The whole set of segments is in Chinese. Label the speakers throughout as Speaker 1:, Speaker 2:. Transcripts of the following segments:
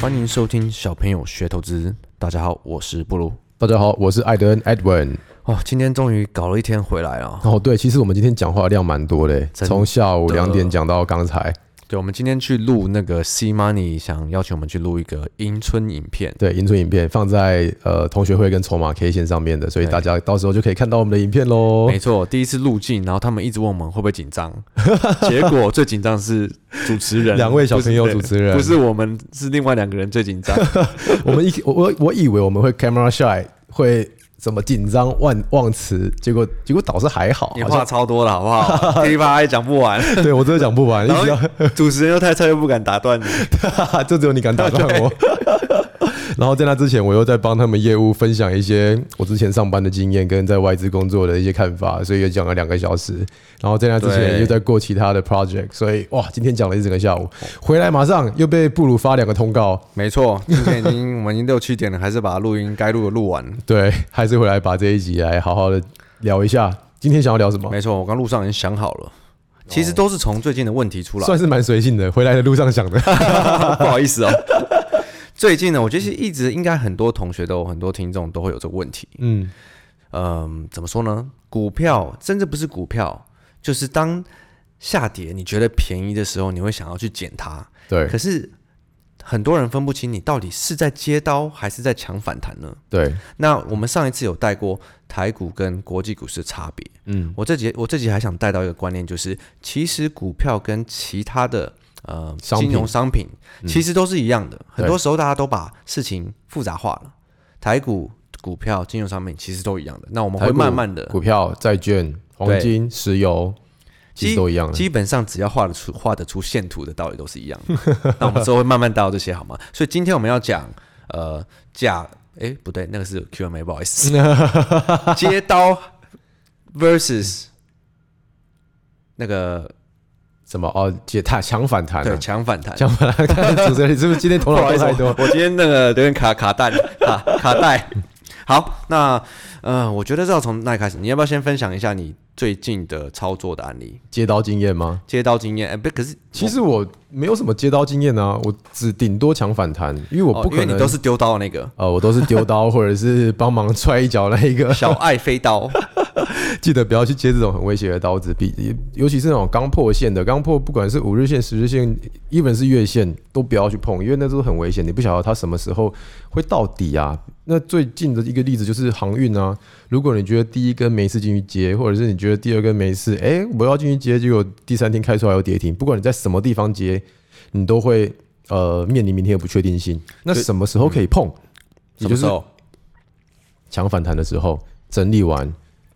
Speaker 1: 欢迎收听小朋友学投资。大家好，我是布鲁。
Speaker 2: 大家好，我是艾德恩 Edwin。
Speaker 1: 哦，今天终于搞了一天回来了。
Speaker 2: 哦，对，其实我们今天讲话量蛮多的，
Speaker 1: 真的
Speaker 2: 从下午两点讲到刚才。
Speaker 1: 对，我们今天去录那个 C Money，想邀请我们去录一个迎春影片。
Speaker 2: 对，迎春影片放在呃同学会跟筹码 K 线上面的，所以
Speaker 1: 对
Speaker 2: 大家到时候就可以看到我们的影片喽。
Speaker 1: 没错，第一次入境，然后他们一直问我们会不会紧 张，结果最紧张是主持人，
Speaker 2: 两位小朋友主持人
Speaker 1: 不是我们，是另外两个人最紧 张。
Speaker 2: 我们一我我我以为我们会 camera shy，会怎么紧张忘忘词，结果结果倒是还好，
Speaker 1: 你
Speaker 2: 好
Speaker 1: 话
Speaker 2: 像
Speaker 1: 超多了，好不好？噼里啪啦也讲不 完，
Speaker 2: 对我真的讲不 完，一
Speaker 1: 然后
Speaker 2: 直要
Speaker 1: 主持人又太菜，又不敢打断你。
Speaker 2: 就只有你敢打断我。然后在那之前，我又在帮他们业务分享一些我之前上班的经验跟在外资工作的一些看法，所以也讲了两个小时。然后在那之前
Speaker 1: 对
Speaker 2: 又在过其他的 project，所以哇，今天讲了一整个下午，回来马上又被布鲁发两个通告，
Speaker 1: 没错，今天已经我们已经六七点了，还是把录音该录的录完。
Speaker 2: 对，还是回来把这一集来好好的聊一下。今天想要聊什么？
Speaker 1: 没错，我刚路上已经想好了，其实都是从最近的问题出来，
Speaker 2: 哦 算是蛮随性的，回来的路上想的。
Speaker 1: 不好意思哦。最近呢，我觉得其实一直应该很多同学都有很多听众都会有这个问题。
Speaker 2: 嗯，
Speaker 1: 嗯，怎么说呢？股票甚至不是股票，就是当下跌你觉得便宜的时候，你会想要去捡它。
Speaker 2: 对
Speaker 1: 可是很多人分不清你到底是在接刀还是在抢反弹呢？
Speaker 2: 对，
Speaker 1: 那我们上一次有带过台股跟国际股市的差别。
Speaker 2: 嗯，
Speaker 1: 我这节我这节还想带到一个观念，就是其实股票跟其他的呃
Speaker 2: 商品嗯
Speaker 1: 金融商品其实都是一样的，很
Speaker 2: 对
Speaker 1: 多时候大家都把事情复杂化了。台股、股票、金融商品其实都一样的。那我们会
Speaker 2: 台股
Speaker 1: 慢慢的，
Speaker 2: 股票、债券、黄
Speaker 1: 对
Speaker 2: 金、石油，其实都一样的。
Speaker 1: 基本上只要画得出画得出线图的道理都是一样的。 那我们之后会慢慢带到这些好吗？所以今天我们要讲呃假诶，不对，那个是 Q&A，不好意 思，接刀 versus 那个
Speaker 2: 什么哦，解踏强反弹、
Speaker 1: 对
Speaker 2: 啊，
Speaker 1: 强反弹。
Speaker 2: 强反弹。看主持人，你是不是今天头
Speaker 1: 不
Speaker 2: 脑
Speaker 1: 好意
Speaker 2: 动
Speaker 1: 思，
Speaker 2: 太多
Speaker 1: 我？我今天那个有点卡卡蛋 卡卡带。好，那呃，我觉得这要从那里开始，你要不要先分享一下你最近的操作的案例、
Speaker 2: 接刀经验吗？
Speaker 1: 接刀经验？哎、不，可是
Speaker 2: 其实我没有什么接刀经验啊，我只顶多强反弹，因为我
Speaker 1: 哦
Speaker 2: 不
Speaker 1: 因
Speaker 2: 可
Speaker 1: 为
Speaker 2: 能、
Speaker 1: 你都是丢刀的那 个。
Speaker 2: 呃，我都是丢刀或者是帮忙踹一脚那一个。
Speaker 1: 小爱飞刀，
Speaker 2: 记得不要去接这种很危险的刀子，比尤其是那种刚破线的，刚破不管是五日线、十日线，even 是月线，都不要去碰，因为那都很危险。你不晓得它什么时候会到底啊。那最近的一个例子就是航运啊，如果你觉得第一根没事进去接，或者是你觉得第二根没事，哎、我要进去接，结果第三天开出来又跌停，不管你在什么地方接，你都会呃面临明天的不确定性。那
Speaker 1: 对
Speaker 2: 什么时候可以碰？也
Speaker 1: 什
Speaker 2: 就
Speaker 1: 么
Speaker 2: 是
Speaker 1: 时候？
Speaker 2: 强反弹的时候整理完，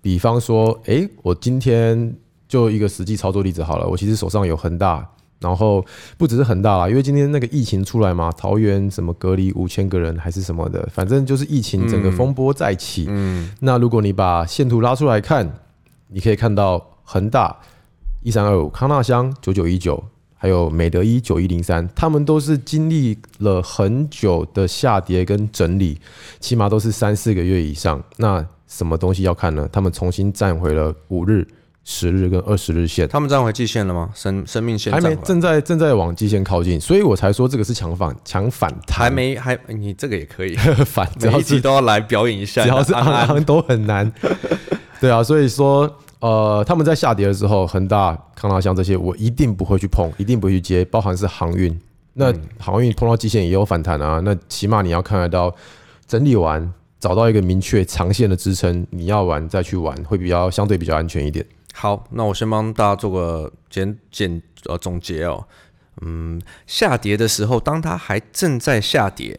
Speaker 2: 比方说，诶，我今天就一个实际操作例子好了，我其实手上有恒大，然后不只是恒大啦，因为今天那个疫情出来嘛，桃园什么隔离五千个人还是什么的，反正就是疫情整个风波再起。
Speaker 1: 嗯，
Speaker 2: 那如果你把线图拉出来看，你可以看到恒大一三二五、康纳香九九一九，还有美德一九一零三，他们都是经历了很久的下跌跟整理，起码都是三四个月以上。那什么东西要看呢？他们重新站回了五日、十日跟二十日线。
Speaker 1: 他们站回季线了吗？生生命线
Speaker 2: 还
Speaker 1: 站回
Speaker 2: 没正在正在往季线靠近，所以我才说这个是强反强反弹，
Speaker 1: 还没还你这个也可以，
Speaker 2: 反， 只
Speaker 1: 每
Speaker 2: 要
Speaker 1: 一
Speaker 2: 是
Speaker 1: 集都要来表演一下。
Speaker 2: 只要是
Speaker 1: 安
Speaker 2: 昂
Speaker 1: 安
Speaker 2: 昂都很难。 对啊，所以说呃，他们在下跌的时候，恒大、康拉香这些，我一定不会去碰，一定不会去接，包含是航运。那
Speaker 1: 嗯
Speaker 2: 航运碰到极限也有反弹啊，那起码你要看得到整理完，找到一个明确长线的支撑，你要玩再去玩，会比较相对比较安全一点。
Speaker 1: 好，那我先帮大家做个简简呃总结哦。嗯，下跌的时候，当它还正在下跌，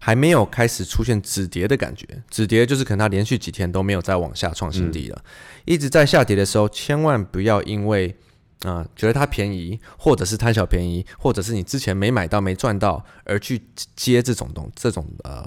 Speaker 1: 还没有开始出现止跌的感觉，止跌就是可能它连续几天都没有再往下创新低了，一直在下跌的时候，千万不要因为啊、呃觉得它便宜，或者是贪小便宜，或者是你之前没买到没赚到而去接这种东这种呃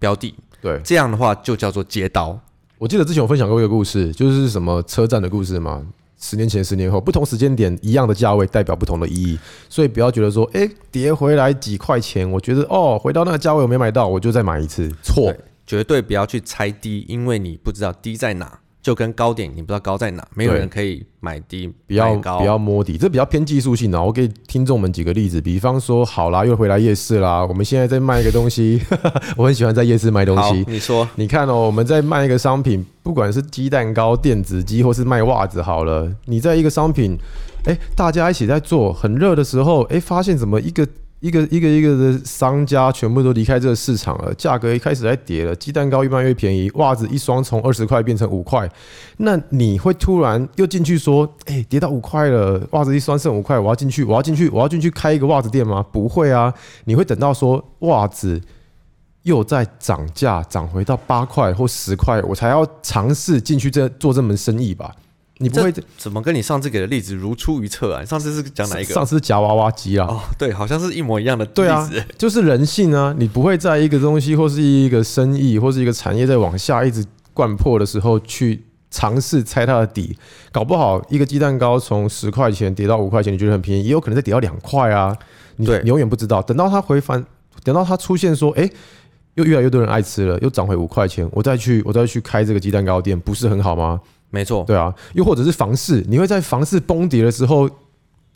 Speaker 1: 标的，
Speaker 2: 对，
Speaker 1: 这样的话就叫做接刀。
Speaker 2: 我记得之前有分享过一个故事，就是什么车站的故事嘛。十年前、十年后，不同时间点一样的价位代表不同的意义，所以不要觉得说，哎、跌回来几块钱，我觉得哦，回到那个价位我没买到，我就再买一次。错
Speaker 1: 对，绝对不要去猜低，因为你不知道低在哪，就跟高点，你不知道高在哪，没有
Speaker 2: 对
Speaker 1: 人可以买低
Speaker 2: 不要
Speaker 1: 买高，
Speaker 2: 不要摸底，这比较偏技术性啊。我给听众们几个例子，比方说，好啦，又回来夜市啦，我们现在在卖一个东西， 我很喜欢在夜市卖东
Speaker 1: 好，
Speaker 2: 西。
Speaker 1: 你说
Speaker 2: 你看哦，我们在卖一个商品，不管是鸡蛋糕、电子鸡，或是卖袜子，好了，你在一个商品，哎，大家一起在做，很热的时候，哎，发现怎么一个一个一个一个的商家全部都离开这个市场了，价格一开始在跌了，鸡蛋糕越卖越便宜，袜子一双从二十块变成五块，那你会突然又进去说，哎，跌到五块了，袜子一双剩五块，我要进去，我要进去，我要进去开一个袜子店吗？不会啊，你会等到说袜子又在涨价，涨回到八块或十块，我才要尝试进去这做这门生意吧？你不会
Speaker 1: 怎么跟你上次给的例子如出一辙啊？你上次是讲哪 一个？
Speaker 2: 上次夹娃娃机啊啦，
Speaker 1: 哦，对，好像是一模一样的例子。
Speaker 2: 啊对啊，就是人性啊，你不会在一个东西或是一个生意或是一个产业在往下一直灌破的时候去。尝试猜它的底，搞不好一个鸡蛋糕从十块钱跌到五块钱，你觉得很便宜，也有可能再跌到两块啊。你
Speaker 1: 对
Speaker 2: 你永远不知道，等到它回返，等到它出现说，哎、又越来越多人爱吃了，又涨回五块钱，我再去我再去开这个鸡蛋糕店，不是很好吗？
Speaker 1: 没错，
Speaker 2: 对啊，又或者是房市，你会在房市崩跌的时候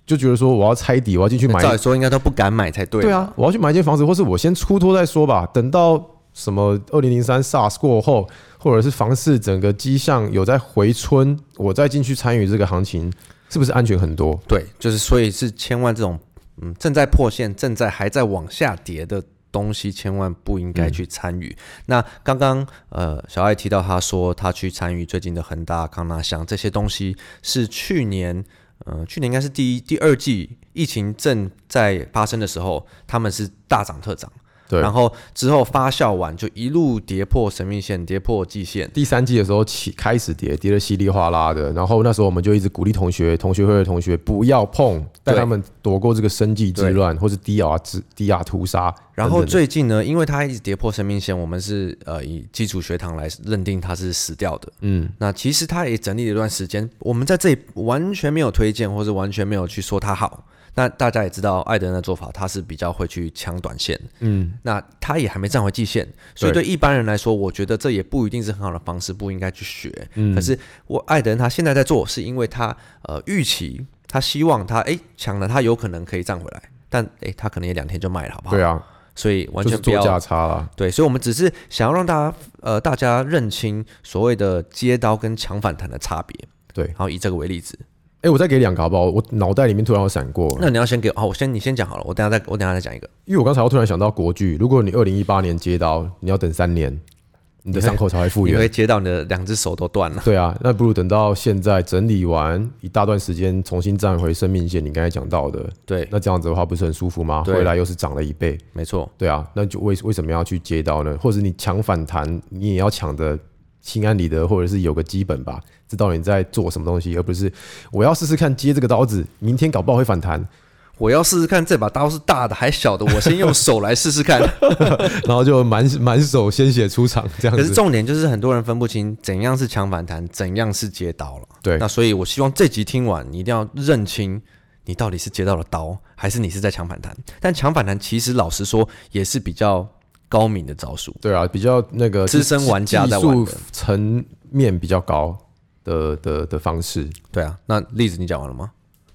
Speaker 2: 就觉得说我要猜底，我要进去买
Speaker 1: 照理说应该都不敢买才对。
Speaker 2: 对，啊，我要去买一间房子，或是我先出脱再说吧。等到什么二零零三 SARS 过后，或者是房市整个迹象有在回春，我再进去参与这个行情，是不是安全很多？
Speaker 1: 对，就是所以是千万这种嗯正在破线、正在还在往下跌的东西，千万不应该去参与。那刚刚呃小爱提到，他说他去参与最近的恒大、康纳香这些东西，是去年呃去年应该是第一、第二季疫情正在发生的时候，他们是大涨特涨。
Speaker 2: 对
Speaker 1: 然后之后发酵完就一路跌破神秘线，跌破季线，
Speaker 2: 第三季的时候起开始跌，跌得稀里哗啦的。然后那时候我们就一直鼓励同学、同学会的同学不要碰，带
Speaker 1: 对
Speaker 2: 他们躲过这个生计之乱，或是低压之低压屠杀。
Speaker 1: 然后
Speaker 2: 等等的
Speaker 1: 最近呢，因为它一直跌破生命线，我们是呃以基础学堂来认定它是死掉的。
Speaker 2: 嗯，
Speaker 1: 那其实它也整理了一段时间，我们在这里完全没有推荐，或是完全没有去说它好。那大家也知道，艾德恩的做法，他是比较会去抢短线，嗯，那他也还没站回季线，所以对一般人来说，我觉得这也不一定是很好的方式，不应该去学。可是我艾德恩他现在在做，是因为他呃预期，他希望他诶抢了，他有可能可以站回来，但诶他可能也两天就卖了，好不好？
Speaker 2: 对啊，
Speaker 1: 所以完
Speaker 2: 就是
Speaker 1: 全不
Speaker 2: 做价
Speaker 1: 要
Speaker 2: 差啦。
Speaker 1: 对，所以我们只是想要让大家呃大家认清所谓的接刀跟抢反弹的差别，
Speaker 2: 对，
Speaker 1: 然后以这个为例子。
Speaker 2: 哎、我再给两个好不好？我脑袋里面突然有闪过，
Speaker 1: 那你要先给好，我先你先讲好了，我等一下再我等一下再讲一个。
Speaker 2: 因为我刚才我突然想到国剧，如果你二零一八年接刀，你要等三年，你的伤口才会复
Speaker 1: 你
Speaker 2: 原。
Speaker 1: 会接到你的两只手都断了，
Speaker 2: 对啊，那不如等到现在整理完一大段时间，重新站回生命线。你刚才讲到的，
Speaker 1: 对，
Speaker 2: 那这样子的话不是很舒服吗？
Speaker 1: 对
Speaker 2: 回来又是涨了一倍。
Speaker 1: 没错，
Speaker 2: 对啊，那就为为什么要去接刀呢？或者你抢反弹，你也要抢的心安理得，或者是有个基本吧，知道你在做什么东西，而不是我要试试看接这个刀子，明天搞不好会反弹，
Speaker 1: 我要试试看这把刀是大的还是小的，我先用手来试试看。
Speaker 2: 然后就满满手鲜血出场这 样
Speaker 1: 可是
Speaker 2: 子。
Speaker 1: 重点就是很多人分不清怎样是抢反弹，怎样是接刀了。
Speaker 2: 对
Speaker 1: 那所以我希望这集听完，你一定要认清你到底是接到了刀，还是你是在抢反弹。但抢反弹其实老实说也是比较高明的招数。
Speaker 2: 对啊，比较那个
Speaker 1: 资深玩家
Speaker 2: 技
Speaker 1: 在玩
Speaker 2: 术
Speaker 1: 的
Speaker 2: 层面比较高的的的方式，
Speaker 1: 对啊，那例子你讲完了吗？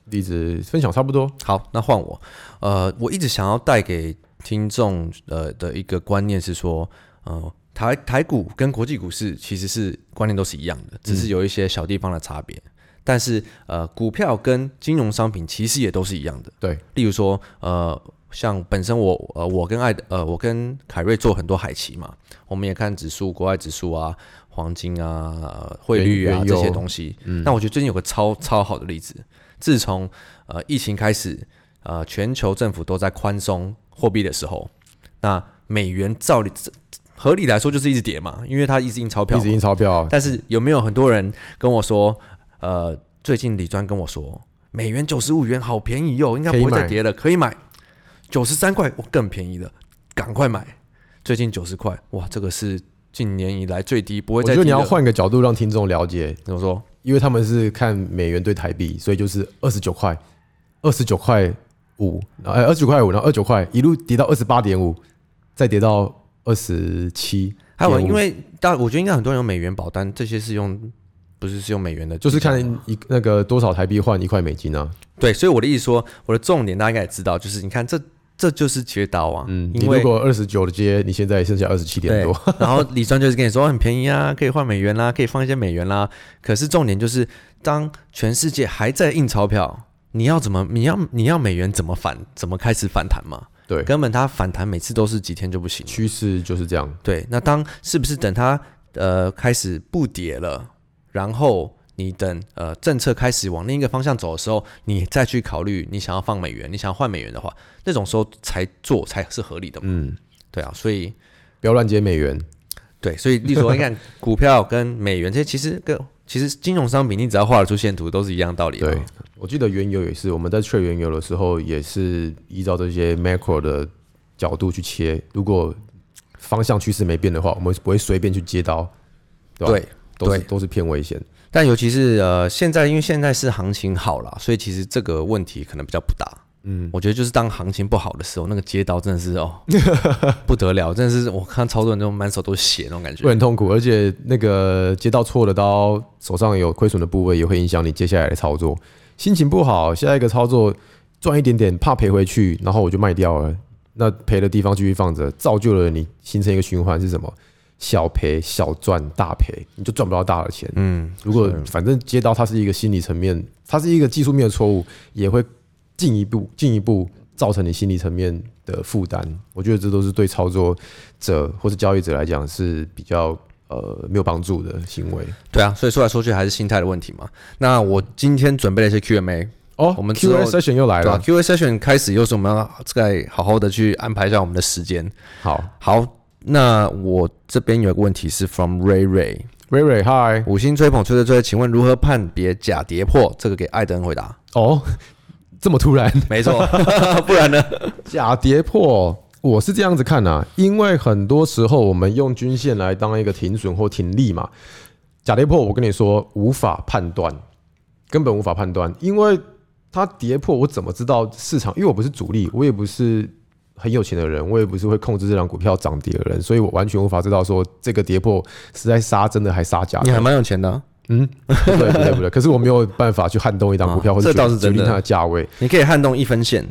Speaker 2: 例子分享差不多。
Speaker 1: 好，那换我。呃，我一直想要带给听众呃的一个观念是说，呃，台台股跟国际股市其实是观念都是一样的，只是有一些小地方的差别。但是呃，股票跟金融商品其实也都是一样的。
Speaker 2: 对，
Speaker 1: 例如说，呃，像本身我呃我跟艾呃我跟凯瑞做很多海奇嘛，我们也看指数、国外指数啊、黄金啊、呃汇率啊
Speaker 2: 原
Speaker 1: 这
Speaker 2: 油嗯
Speaker 1: 些东西。那我觉得最近有个超超好的例子，自从呃疫情开始，呃全球政府都在宽松货币的时候，那美元照理合理来说就是一直跌嘛，因为它一直印钞票
Speaker 2: 一
Speaker 1: 嘛
Speaker 2: 直印钞票，
Speaker 1: 但是有没有很多人跟我说，呃，最近李专跟我说，美元九十五元好便宜哟、应该不会
Speaker 2: 可以
Speaker 1: 再
Speaker 2: 买
Speaker 1: 跌了，可以买九十三块，我更便宜了，赶快买！最近九十块，哇，这个是近年以来最低，不
Speaker 2: 我
Speaker 1: 会再
Speaker 2: 觉
Speaker 1: 低
Speaker 2: 得你要
Speaker 1: 了
Speaker 2: 换个角度让听众了解，
Speaker 1: 怎么说？
Speaker 2: 因为他们是看美元对台币，所以就是二十九块，二十九块五，然后二十九块五，然后二九块一路跌到二十八点五，再跌到二十七。
Speaker 1: 还有，因为大，我觉得应该很多人有美元保单，这些是用不是是用美元的计
Speaker 2: 就
Speaker 1: 价吗，
Speaker 2: 是看一那个多少台币换一块美金啊。
Speaker 1: 对，所以我的意思说，我的重点大家应该也知道，就是你看这这就是切刀啊，
Speaker 2: 嗯，你
Speaker 1: 因
Speaker 2: 如
Speaker 1: 为
Speaker 2: 果二十九的接，你现在剩下二十七点
Speaker 1: 对
Speaker 2: 多。，
Speaker 1: 然后李专就是跟你说很便宜啊，可以换美元啦，可以放一些美元啦。可是重点就是，当全世界还在印钞票，你要怎么你要你要美元怎么反怎么开始反弹嘛？
Speaker 2: 对，
Speaker 1: 根本它反弹每次都是几天就不行了。
Speaker 2: 趋势就是这样。
Speaker 1: 对，那当是不是等它呃开始不跌了，然后你等呃政策开始往另一个方向走的时候，你再去考虑你想要放美元，你想要换美元的话，那种时候才做才是合理的嘛。
Speaker 2: 嗯，
Speaker 1: 对啊，所以
Speaker 2: 不要乱接美元。
Speaker 1: 对，所以例如说，你看股票跟美元这些其实跟其实金融商品，你只要画得出线图，都是一样道理的。
Speaker 2: 对，我记得原油也是，我们在 trade 原油的时候，也是依照这些 macro 的角度去切。如果方向趋势没变的话，我们不会随便去接刀，对吧
Speaker 1: 对，
Speaker 2: 都是
Speaker 1: 对
Speaker 2: 都是偏危险。
Speaker 1: 但尤其是呃，现在因为现在是行情好啦，所以其实这个问题可能比较不大。嗯，我觉得就是当行情不好的时候，那个街道真的是 哦不得了，真的是我看超多人都满手都是血那种感
Speaker 2: 会
Speaker 1: 觉。
Speaker 2: 很痛苦，而且那个接到错的刀，手上有亏损的部位，也会影响你接下来的操作。心情不好，下一个操作赚一点点，怕赔回去，然后我就卖掉了。那赔的地方继续放着，造就了你形成一个循环是什么？小赔小赚大赔，你就赚不到大的钱。
Speaker 1: 嗯，
Speaker 2: 如果反正接到它是一个心理层面，它是一个技术面的错误，也会进一步进一步造成你心理层面的负担。我觉得这都是对操作者或是交易者来讲是比较呃没有帮助的行为。
Speaker 1: 对啊，所以说来说去还是心态的问题嘛。那我今天准备了一些 Q&A，
Speaker 2: 哦
Speaker 1: 我们之后
Speaker 2: Q&A session 又来
Speaker 1: 对吧、
Speaker 2: 了，
Speaker 1: q a session 开始又是我们要再好好的去安排一下我们的时间。
Speaker 2: 好
Speaker 1: 好，那我这边有个问题是 from Ray Ray，
Speaker 2: 瑞瑞嗨，
Speaker 1: 五星吹捧吹吹吹，请问如何判别假跌破？这个给艾登回答。
Speaker 2: 哦，这么突然，
Speaker 1: 没错， 不然呢？
Speaker 2: 假跌破，我是这样子看啊，因为很多时候我们用均线来当一个停损或停利嘛。假跌破，我跟你说无法判断，根本无法判断，因为它跌破，我怎么知道市场？因为我不是主力，我也不是很有钱的人，我也不是会控制这张股票涨跌的人，所以我完全无法知道说这个跌破是在杀真的还杀假的。
Speaker 1: 你还蛮有钱的啊、
Speaker 2: 嗯，不对不对不对，可是我没有办法去撼动一档股票，
Speaker 1: 啊
Speaker 2: 或者
Speaker 1: 这倒
Speaker 2: 决
Speaker 1: 是真的
Speaker 2: 决定它的价位。
Speaker 1: 你可以撼动一分线，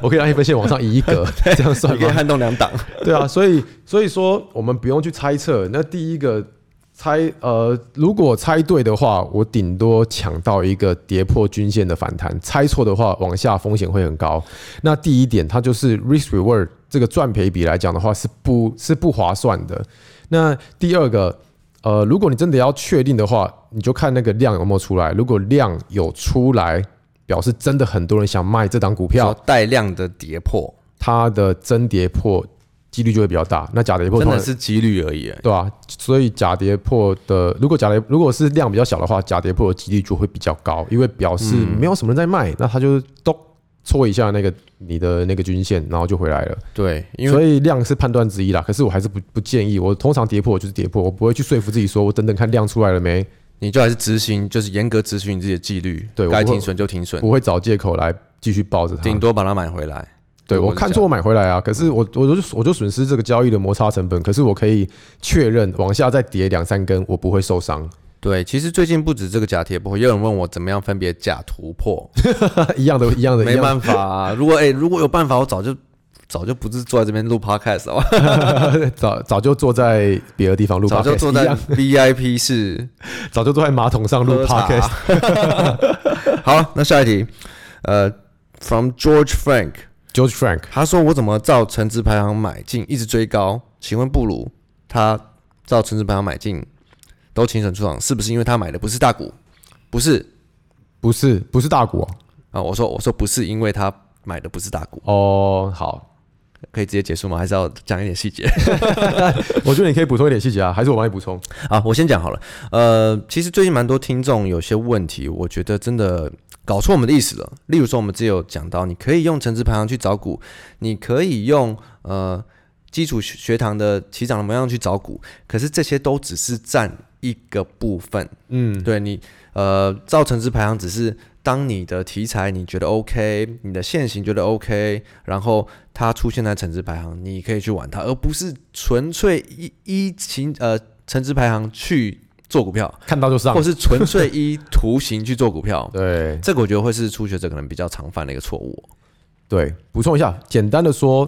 Speaker 2: 我可以让一分线往上移一 格，这样算
Speaker 1: 你
Speaker 2: 吗？
Speaker 1: 可以撼动两档。
Speaker 2: 对啊，所以所以说我们不用去猜测。那第一个猜呃，如果猜对的话，我顶多抢到一个跌破均线的反弹；猜错的话，往下风险会很高。那第一点，它就是 risk reward 这个赚赔比来讲的话，是不是不划算的。那第二个。呃，如果你真的要确定的话，你就看那个量有没有出来。如果量有出来，表示真的很多人想卖这档股票
Speaker 1: 要，带量的跌破，
Speaker 2: 它的真跌破几率就会比较大。那假跌破
Speaker 1: 真
Speaker 2: 通
Speaker 1: 的
Speaker 2: 常
Speaker 1: 是几率而已。
Speaker 2: 对啊，所以假跌破的，如果假跌如果是量比较小的话，假跌破的几率就会比较高，因为表示
Speaker 1: 嗯
Speaker 2: 没有什么人在卖，那它就咚戳一下那个你的那个均线，然后就回来了。
Speaker 1: 对，因为
Speaker 2: 所以量是判断之一啦，可是我还是不不建议。我通常跌破我就是跌破，我不会去说服自己说我等等看量出来了没，
Speaker 1: 你就还是执行，就是严格执行你自己的纪律，
Speaker 2: 对我
Speaker 1: 该
Speaker 2: 不会
Speaker 1: 停损就停损，
Speaker 2: 不会找借口来继续抱着它。
Speaker 1: 顶多把它买回来。
Speaker 2: 对
Speaker 1: 如
Speaker 2: 我
Speaker 1: 果是
Speaker 2: 看
Speaker 1: 这样
Speaker 2: 错我买回来啊，可
Speaker 1: 嗯
Speaker 2: 是我我就我就损失这个交易的摩擦成本，可是我可以确认往下再跌两三根，我不会受伤，
Speaker 1: 对，其实最近不止这个假跌破，也有人问我怎么样分别假突破，
Speaker 2: 一 样的，一样的，一
Speaker 1: 没
Speaker 2: 样的。
Speaker 1: 办法、啊，如果哎、如果有办法，我早就早就不是坐在这边录 podcast 了，
Speaker 2: 早早就坐在别的地方录 podcast，
Speaker 1: 早就坐
Speaker 2: 一
Speaker 1: 在
Speaker 2: 样
Speaker 1: VIP 室
Speaker 2: 早就坐在马桶上录
Speaker 1: 喝茶
Speaker 2: podcast。
Speaker 1: 好，那下一题，呃，from George Frank，
Speaker 2: George Frank，
Speaker 1: 他说我怎么照橙子排行买进，一直追高？请问布鲁他照橙子排行买进都清损出场，是不是因为他买的不是大股？不是
Speaker 2: 不是不是大股哦
Speaker 1: 啊，我说我说不是因为他买的不是大股，
Speaker 2: 哦，好，
Speaker 1: 可以直接结束吗？还是要讲一点细节？
Speaker 2: 我觉得你可以补充一点细节啊，还是我帮你补充？
Speaker 1: 啊，我先讲好了。呃，其实最近蛮多听众有些问题，我觉得真的搞错我们的意思了。例如说，我们之前有讲到，你可以用成值排行去找股，你可以用呃基础学学堂的起涨的模样去找股，可是这些都只是占一个部分。
Speaker 2: 嗯，
Speaker 1: 对你呃，造成值排行只是当你的题材你觉得 OK，你的现行觉得 OK，然后它出现在成值排行，你可以去玩它，而不是纯粹依依情呃成值排行去做股票，
Speaker 2: 看到就上，
Speaker 1: 或。是纯粹依图形去做股票
Speaker 2: 对
Speaker 1: 这个我觉得会是初学者可能比较常犯的一个错误哦。
Speaker 2: 对，补充一下，简单的说，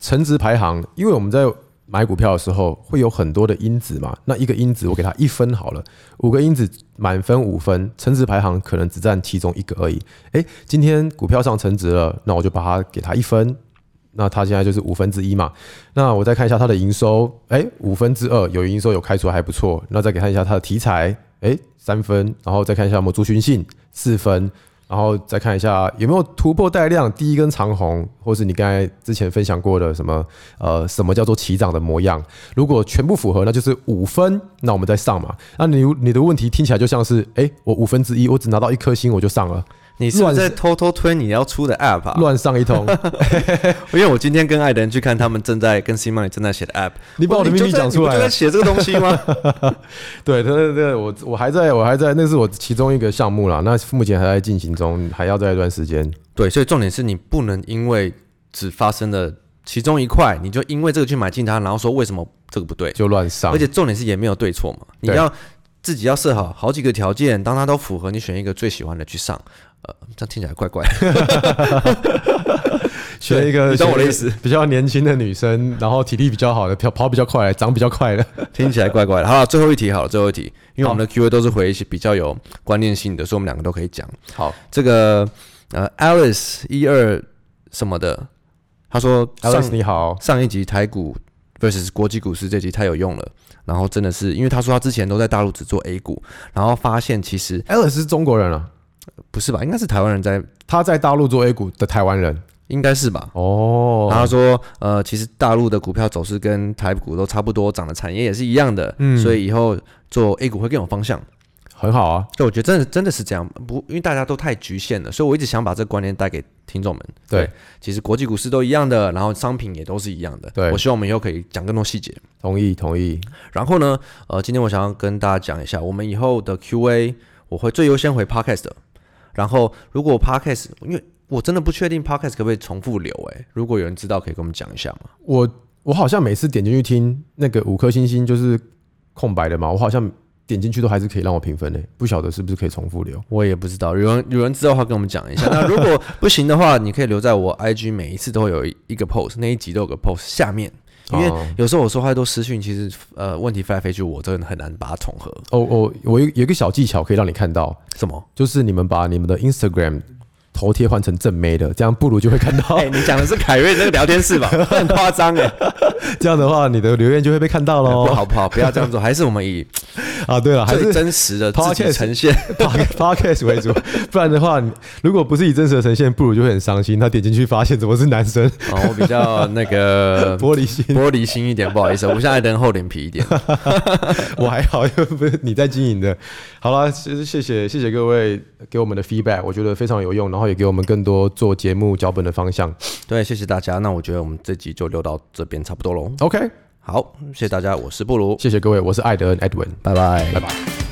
Speaker 2: 成值排行，因为我们在买股票的时候会有很多的因子嘛，那一个因子我给它一分好了，五个因子满分五分，成值排行可能只占其中一个而已。诶，今天股票上成值了，那我就把它给它一分。那它现在就是五分之一嘛，那我再看一下它的营收，诶，五分之二有营收有开出来还不错，那再给看一下它的题材，诶，三分，然后再看一下有没有族群性，四分，然后再看一下有没有突破带量第一根长红，或是你刚才之前分享过的什么呃什么叫做起涨的模样。如果全部符合，那就是五分，那我们再上嘛。那你你的问题听起来就像是，哎，我五分之一，我只拿到一颗星我就上了，
Speaker 1: 你是不
Speaker 2: 乱
Speaker 1: 是在偷偷推你要出的 app 啊？
Speaker 2: 乱上 一通。
Speaker 1: 因为我今天跟艾登去看他们正在跟 C Money 正在写的 app，
Speaker 2: 你把我的秘密讲出
Speaker 1: 你就在你不就
Speaker 2: 来了
Speaker 1: 在。写这个东西吗？
Speaker 2: 对，对对对，我我还在我还在，那是我其中一个项目啦。那目前还在进行中，还要在一段时间。
Speaker 1: 对，所以重点是你不能因为只发生了其中一块，你就因为这个去买进它，然后说为什么这个不对，
Speaker 2: 就乱上
Speaker 1: 而，且重点是也没有对错嘛，你
Speaker 2: 对
Speaker 1: 要自己要设好好几个条件，当它都符合，你选一个最喜欢的去上。呃，这样听起来怪怪的，
Speaker 2: 选一个
Speaker 1: 你懂我的
Speaker 2: 选一个
Speaker 1: 意思
Speaker 2: 比较年轻的女生，然后体力比较好的，跑跑比较快，长比较快的。
Speaker 1: 听起来怪怪的。好了，最后一题好了，最后一题，因为我们的 Q&A 都是回一些比较有关键性的，所以我们两个都可以讲。
Speaker 2: 好，
Speaker 1: 这个呃，Alice 一二什么的，他说上
Speaker 2: Alex 你好，
Speaker 1: 上一集台股 versus 国际股市这集太有用了，然后真的是因为他说他之前都在大陆只做 A 股，然后发现其实
Speaker 2: Alex 是中国人啊，
Speaker 1: 不是吧，应该是台湾人在，
Speaker 2: 他在大陆做 A 股的台湾人
Speaker 1: 应该是吧。
Speaker 2: 哦
Speaker 1: 然后他说，呃，其实大陆的股票走势跟台股都差不多，涨的产业也是一样的，
Speaker 2: 嗯
Speaker 1: 所以以后做 A 股会更有方向。
Speaker 2: 很好啊，
Speaker 1: 所以我觉得真的真的是这样，不因为大家都太局限了，所以我一直想把这个观念带给听众们。
Speaker 2: 对，
Speaker 1: 其实国际股市都一样的，然后商品也都是一样的。
Speaker 2: 对
Speaker 1: 我希望我们以后可以讲更多细节。
Speaker 2: 同意同意，
Speaker 1: 然后呢，呃，今天我想要跟大家讲一下，我们以后的 Q&A 我会最优先回 Podcast 的。然后如果 Podcast，因为我真的不确定 Podcast 可不可以重复留、欸，如果有人知道，可以跟我们讲一下嘛。
Speaker 2: 我我好像每次点进去听那个五颗星星就是空白的嘛，我好像点进去都还是可以让我评分的，不晓得是不是可以重复留。
Speaker 1: 我也不知道，有人有人知道的话，跟我们讲 一下。那如果不行的话，你可以留在我 IG，每一次都会有一一个 post，那一集都有个 post 下面。因为
Speaker 2: 哦
Speaker 1: 有时候我说话都私讯，其实呃问题飞来飞去，我真的很难把它统合。
Speaker 2: 哦哦，我有有一个小技巧可以让你看到，
Speaker 1: 什么？
Speaker 2: 就是你们把你们的 Instagram 头贴换成正妹的，这样不如就会看到
Speaker 1: 哎、。你讲的是凯瑞那个聊天室 吧？很夸张哎，
Speaker 2: 这样的话，你的留言就会被看到
Speaker 1: 不
Speaker 2: 喽。
Speaker 1: 好不好，不要这样做，还是我们以
Speaker 2: 啊，对了，还
Speaker 1: 最
Speaker 2: 是
Speaker 1: 真实的自己
Speaker 2: podcast
Speaker 1: 呈 现。
Speaker 2: podcast 为主，不然的话，你如果不是以真实的呈现，不如就会很伤心。他点进去发现怎么是男生，
Speaker 1: 哦，我比较那 个
Speaker 2: 玻璃心。
Speaker 1: 玻璃心一点，不好意思，我 现在人厚脸皮一点。
Speaker 2: 我还好，又不是你在经营的。好啦，其实谢谢谢谢各位给我们的 feedback，我觉得非常有用，然后也给我们更多做节目脚本的方向。
Speaker 1: 对，谢谢大家。那我觉得我们这集就聊到这边差不多喽。
Speaker 2: OK，
Speaker 1: 好，谢谢大家，我是布鲁，
Speaker 2: 谢谢各位，我是艾德恩 Edwin，
Speaker 1: 拜拜，
Speaker 2: 拜拜。